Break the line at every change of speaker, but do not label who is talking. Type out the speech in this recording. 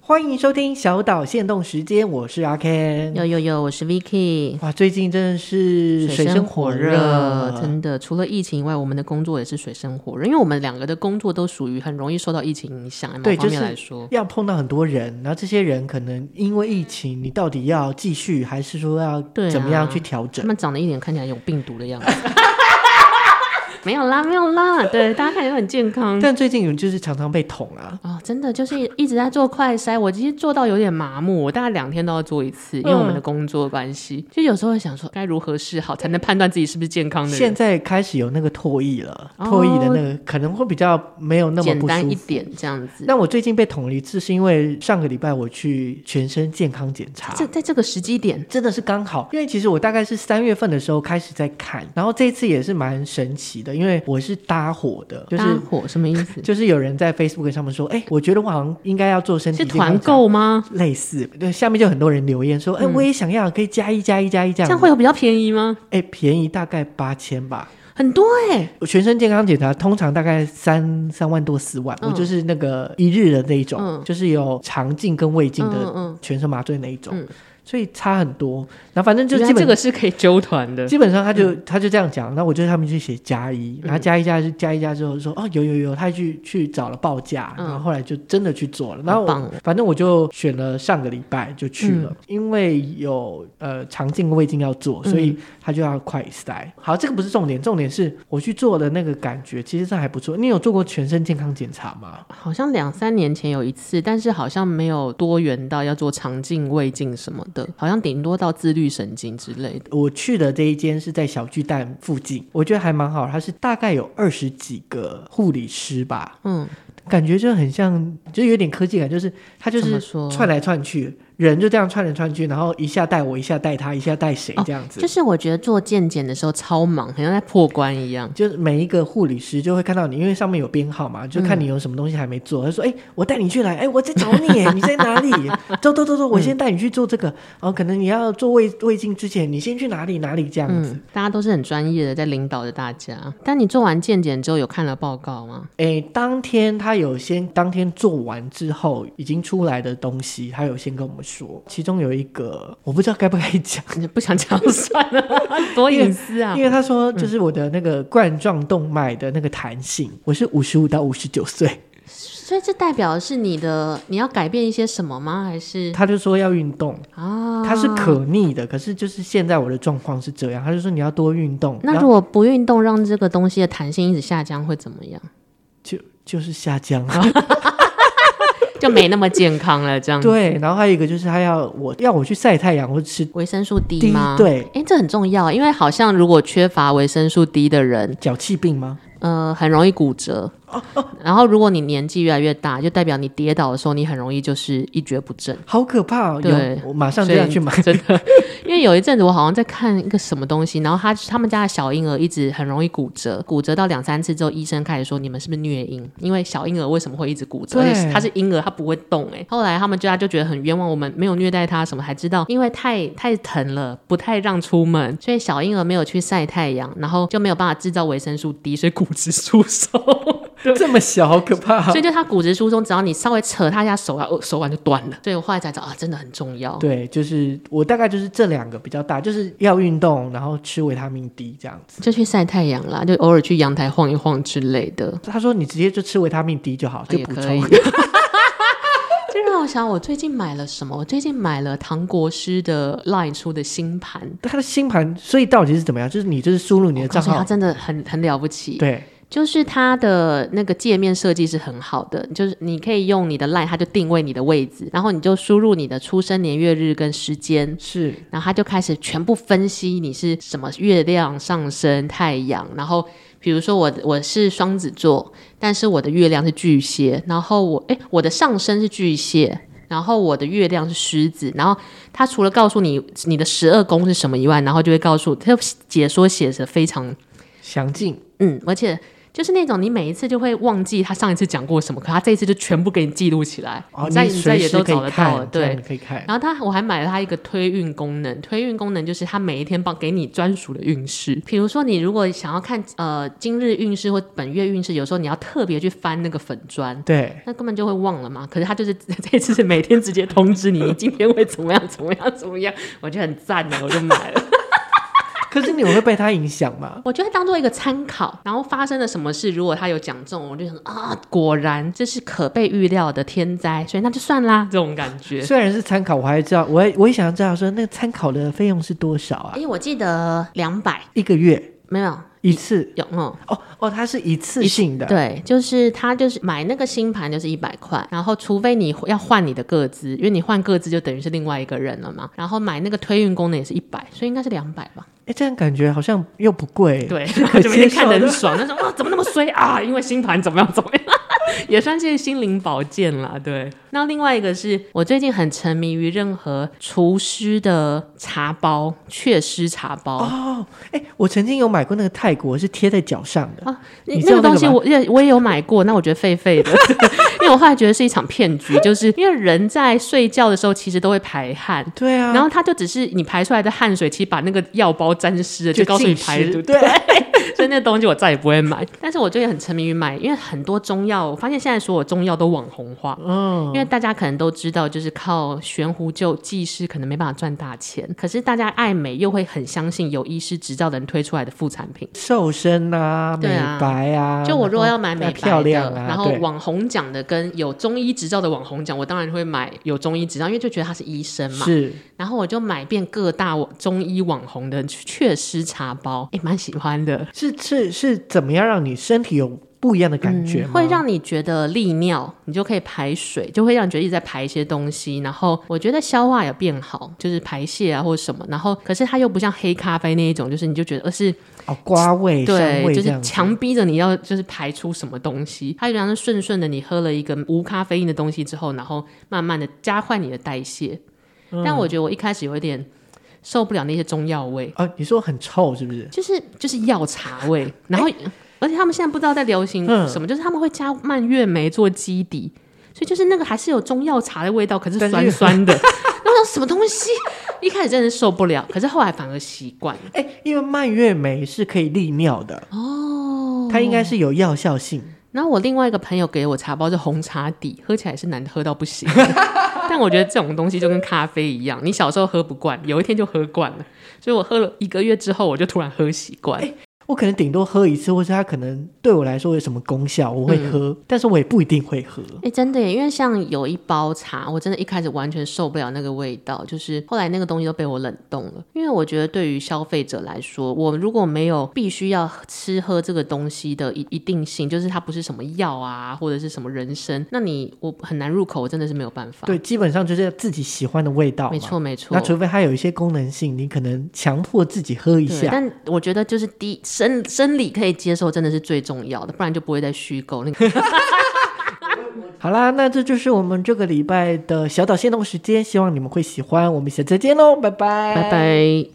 欢迎收听小岛限动时间，我是阿 Ken。
有有有，我是 Vicky。
哇，最近真的是水深火热，
真的。除了疫情以外，我们的工作也是水深火热，因为我们两个的工作都属于很容易受到疫情影响。某
对，
方
就
面来
是
说，
要碰到很多人，然后这些人可能因为疫情，你到底要继续还是说要
对啊
怎么样去调整
他？们长得一脸看起来有病毒的样子。 没有啦，没有啦，对，大家看起来很健康。
但最近有就是常常被捅啊，
哦，真的就是一直在做快筛，我其实做到有点麻木，我大概两天都要做一
嗯
次，因为我们的工作关系，就有时候会想说该如何是好，才能判断自己是不是健康的
现
人，
在开始有那个唾液了，
嗯
唾
哦
液的那个可能会比较没有那么
简
不
单
舒
一
服。
点这样子。
那我最近被捅了一次，是因为上个礼拜我去全身健康检查，
这在这个时机点，
真的是刚好，因为其实我大概是三月份的时候开始在看，然后这一次也是蛮神奇的，因为我是搭伙的，就
搭
是
伙什么意 思？
就是有人在 Facebook 上面说，哎、我觉得我好像应该要做身体
是
健康
团
检查。
购吗？
类似，对，下面就很多人留言说，哎、我也想要，可以加一加一加一这
嗯这
样，
样会有比较便宜吗？
哎、便宜大概八千吧。
很多哎、
我全身健康检查通常大概三三万多四万，
嗯
我就是那个一日的那一种，
嗯
就是有肠镜跟胃镜
嗯嗯
的
嗯
全身麻醉那一种，
嗯
所以差很多。然后反正就
原
基
来
本
这个是可以揪团的。
基本上他就、
嗯
他就这样讲，那我就他们去写加一，然后加一加一加一加之后说哦有有有，他去去找了报价，
嗯
然后后来就真的去做了，然后
好棒哦嗯
反正我就选了上个礼拜就去了，因为有呃肠镜跟胃镜要做，所以他就要快筛。好，这个不是重点，重点是我去做的那个感觉其实这还不错。你有做过全身健康检查吗？
好像两三年前有一次，但是好像没有多元到要做肠镜、胃镜什么的，好像顶多到自律神经之类的。
我去的这一间是在小巨蛋附近，我觉得还蛮好，它是大概有二十几个护理师吧，
嗯，
感觉就很像，就有点科技感，就是他就
怎么
是
说？
串来串去，人就这样串来串去，然后一下带我，一下带他，一下带谁
哦
这样子，
就是我觉得做健检的时候超忙，好像在破关一样。
就是每一个护理师就会看到你，因为上面有编号嘛，就看你有什么东西还没做，他说：“哎、我带你去来，哎、我在找你耶，你在哪 里？走走走走，我先带你去做这个。然后可能你要做胃胃镜之前，你先去哪里哪里这样子。
嗯，大家都是很专业的，在领导着大家。但你做完健检之后，有看了报告吗？
诶，当天他有先当天做完之后已经出来的东西，他有先跟我们说，其中有一个我不知道该不该讲。
你不想讲算了， 多隐私啊！
因为他说，就是我的那个冠状动脉的那个弹性，我是五十五到五十九岁。
所以这代表的是你的你要改变一些什么吗？还是
他就说要运动，
嗯啊？
它是可逆的，可是就是现在我的状况是这样。他就说你要多运动，
那
然
如
后
果不运动，让这个东西的弹性一直下降，会怎么样？
就就是下 降 啊。
就没那么健康了，这样。
对，然后还有一个就是他要我要我去晒太阳或吃
维生素
低
D 吗？。
对，
哎，这很重要，因为好像如果缺乏维生素 D 的人，
脚气病吗？
呃，很容易 骨折。然后，如果你年纪越来越大，就代表你跌倒的时候，你很容易就是一蹶不振。
好可怕、哦！
对
有，我马上就要去买。
真的，因为有一阵子我好像在看一个什么东西，然后他他们家的小婴儿一直很容易骨折，骨折到两三次之后，医生开始说你们是不是虐婴？因为小婴儿为什么会一直骨折？
对
而且他是婴儿，他不会动哎、欸后来他们家就觉得很冤枉，我们没有虐待他什么，还知道因为太太疼了，不太让出门，所以小婴儿没有去晒太阳，然后就没有办法制造维生素 D，所以骨质疏松。
这么小，好可怕、
所以就他骨质疏松，只要你稍微扯他一下手啊，哦手腕就断了。所以我后来才知道啊，真的很重要。
对，就是我大概就是这两个比较大，就是要运动，然后吃维他命 D 这样子。
就去晒太阳啦，就偶尔去阳台晃一晃之类的，
他说你直接就吃维他命 D 就好，哦就
哦也
补
可以
充。。
这让我想，我最近买了什么？我最近买了唐国师的 LINE 出的新盘，哦
它的星盘，所以到底是怎么样？就是你就是输入你的
告
账
诉你，它
号，
真的很很了不起。
对，
就是它的那个界面设计是很好的，就是你可以用你的 LINE，它就定位你的位置，然后你就输入你的出生年月日跟时间，
是
然后他就开始全部分析你是什么月亮上升、太阳，然后比如说我我是双子座，但是我的月亮是巨蟹，然后我诶我的上升是巨蟹。然后我的月亮是狮子，然后他除了告诉你你的十二宫是哎什么以外，然后就会告诉他解说写的非常
详尽。
嗯，而且就是那种你每一次就会忘记他上一次讲过什么，可他这一次就全部给你记录起来，
哦，
你再
你
再
随
也
时
都
可
找
以
得到了，
看，这
对
样你。可以看。
然后他我还买了他一个推运功能，推运功能就是他每一天帮给你专属的运势。比如说你如果想要看呃今日运势或本月运势，有时候你要特别去翻那个粉砖。
对，
那根本就会忘了嘛，可是他就是 这次是每天直接通知你，你今天会怎么样怎么样怎么样，我就很赞啊的，我就买了，
可是你会被他影响吗？
我就会当做一个参考。然后发生了什么事，如果他有讲中，我就想啊，果然这是可被预料的天灾，所以那就算啦，这种感觉。
虽然是参考，我还知道，我也我也想要知道说那个参考的费用是多少啊？
哎，我记得两百
一个月
没有
一次？
有嗯。
哦哦，它是一次性的，
对，就是他就是买那个新盘就是一百块，然后除非你要换你的个资，因为你换个资就等于是另外一个人了嘛。然后买那个推运功能也是一百，所以应该是两百吧。
哎，这样感觉好像又不贵，
对，
可
就每天
接受
看得很
的
爽，那种哇怎么那么衰啊？因为新盘怎么样怎么样， 也算是心灵保健啦。对，那另外一个是我最近很沉迷于任何厨师的茶包，雀诗茶包。
哦。哎，我曾经有买过那个泰国是贴在脚上的，
啊，那
你知
那个
道那
东
个
西
吗
我也我也有买过，那我觉得废废的， 因为我后来觉得是一场骗局，就是因为人在睡觉的时候其实都会排汗，
对啊，
然后它就只是你排出来的汗水，其实把那个药包沾湿了，就告诉你
进
排
食
毒。
对，
所以那东西我再也不会买。但是我最近很沉迷于买，因为很多中药，我发现现在所有中药都网红化。
嗯，
因为大家可能都知道，就是靠悬壶救济师可能没办法赚大钱，可是大家爱美又会很相信有医师执照的人推出来的副产品。
瘦身啊，美
对啊
白啊，
就我如果要买美白
然
的，
后漂亮啊，
然后
对
网红奖的跟有中医执照的网红奖，我当然会买有中医执照，因为就觉得他是医生嘛。
是
然后我就买遍各大网中医网红的雀诗茶包，也蛮喜欢的，
是是是怎么样让你身体有不一样的感觉吗？
嗯会让你觉得利尿，你就可以排水，就会让你觉得一直在排一些东西。然后我觉得消化也变好，就是排泄啊或者什么。然后可是它又不像黑咖啡那一种，就是你就觉得呃是
哦瓜味、香
对，
味
就
这
是
样子，
强逼着你要就是排出什么东西，它就像是顺顺的，你喝了一个无咖啡因的东西之后，然后慢慢的加快你的代谢。
嗯
但我觉得我一开始有一点受不了那些中药味，
哦，你说很臭是不是？
就是就是药茶 味，然后、而且他们现在不知道在流行
嗯
什么，就是他们会加蔓越莓做基底，所以就是那个还是有中药茶的味道，可是
但是
酸 酸的。然后我想什么东西，一开始真的是受不了，可是后来反而习惯了。
哎、因为蔓越莓是可以利尿的哦，它应该是有药效性。
然后我另外一个朋友给我茶包是红茶底，喝起来是难喝到不 行。但我觉得这种东西就跟咖啡一样，你小时候喝不惯，有一天就喝惯了。所以我喝了一个月之后，我就突然喝习惯。
哎我可能顶多喝一次，或是它可能对我来说有什么功效，我会
嗯
喝，但是我也不一定会喝。
哎、真的耶，因为像有一包茶，我真的一开始完全受不了那个味道，就是后来那个东西都被我冷冻了。因为我觉得对于消费者来说，我如果没有必须要吃喝这个东西的一一定性，就是它不是什么药啊，或者是什么人参，那你我很难入口，我真的是没有办法。，
对，基本上就是自己喜欢的味道嘛。
没错没错。
那除非它有一些功能性，你可能强迫自己喝一
对，
下。
但我觉得就是第一生生理可以接受，真的是最重要的，不然就不会再虚构那个。
好啦，那这就是我们这个礼拜的小岛限动时间，希望你们会喜欢。我们下次再见喽，拜拜，
拜。拜。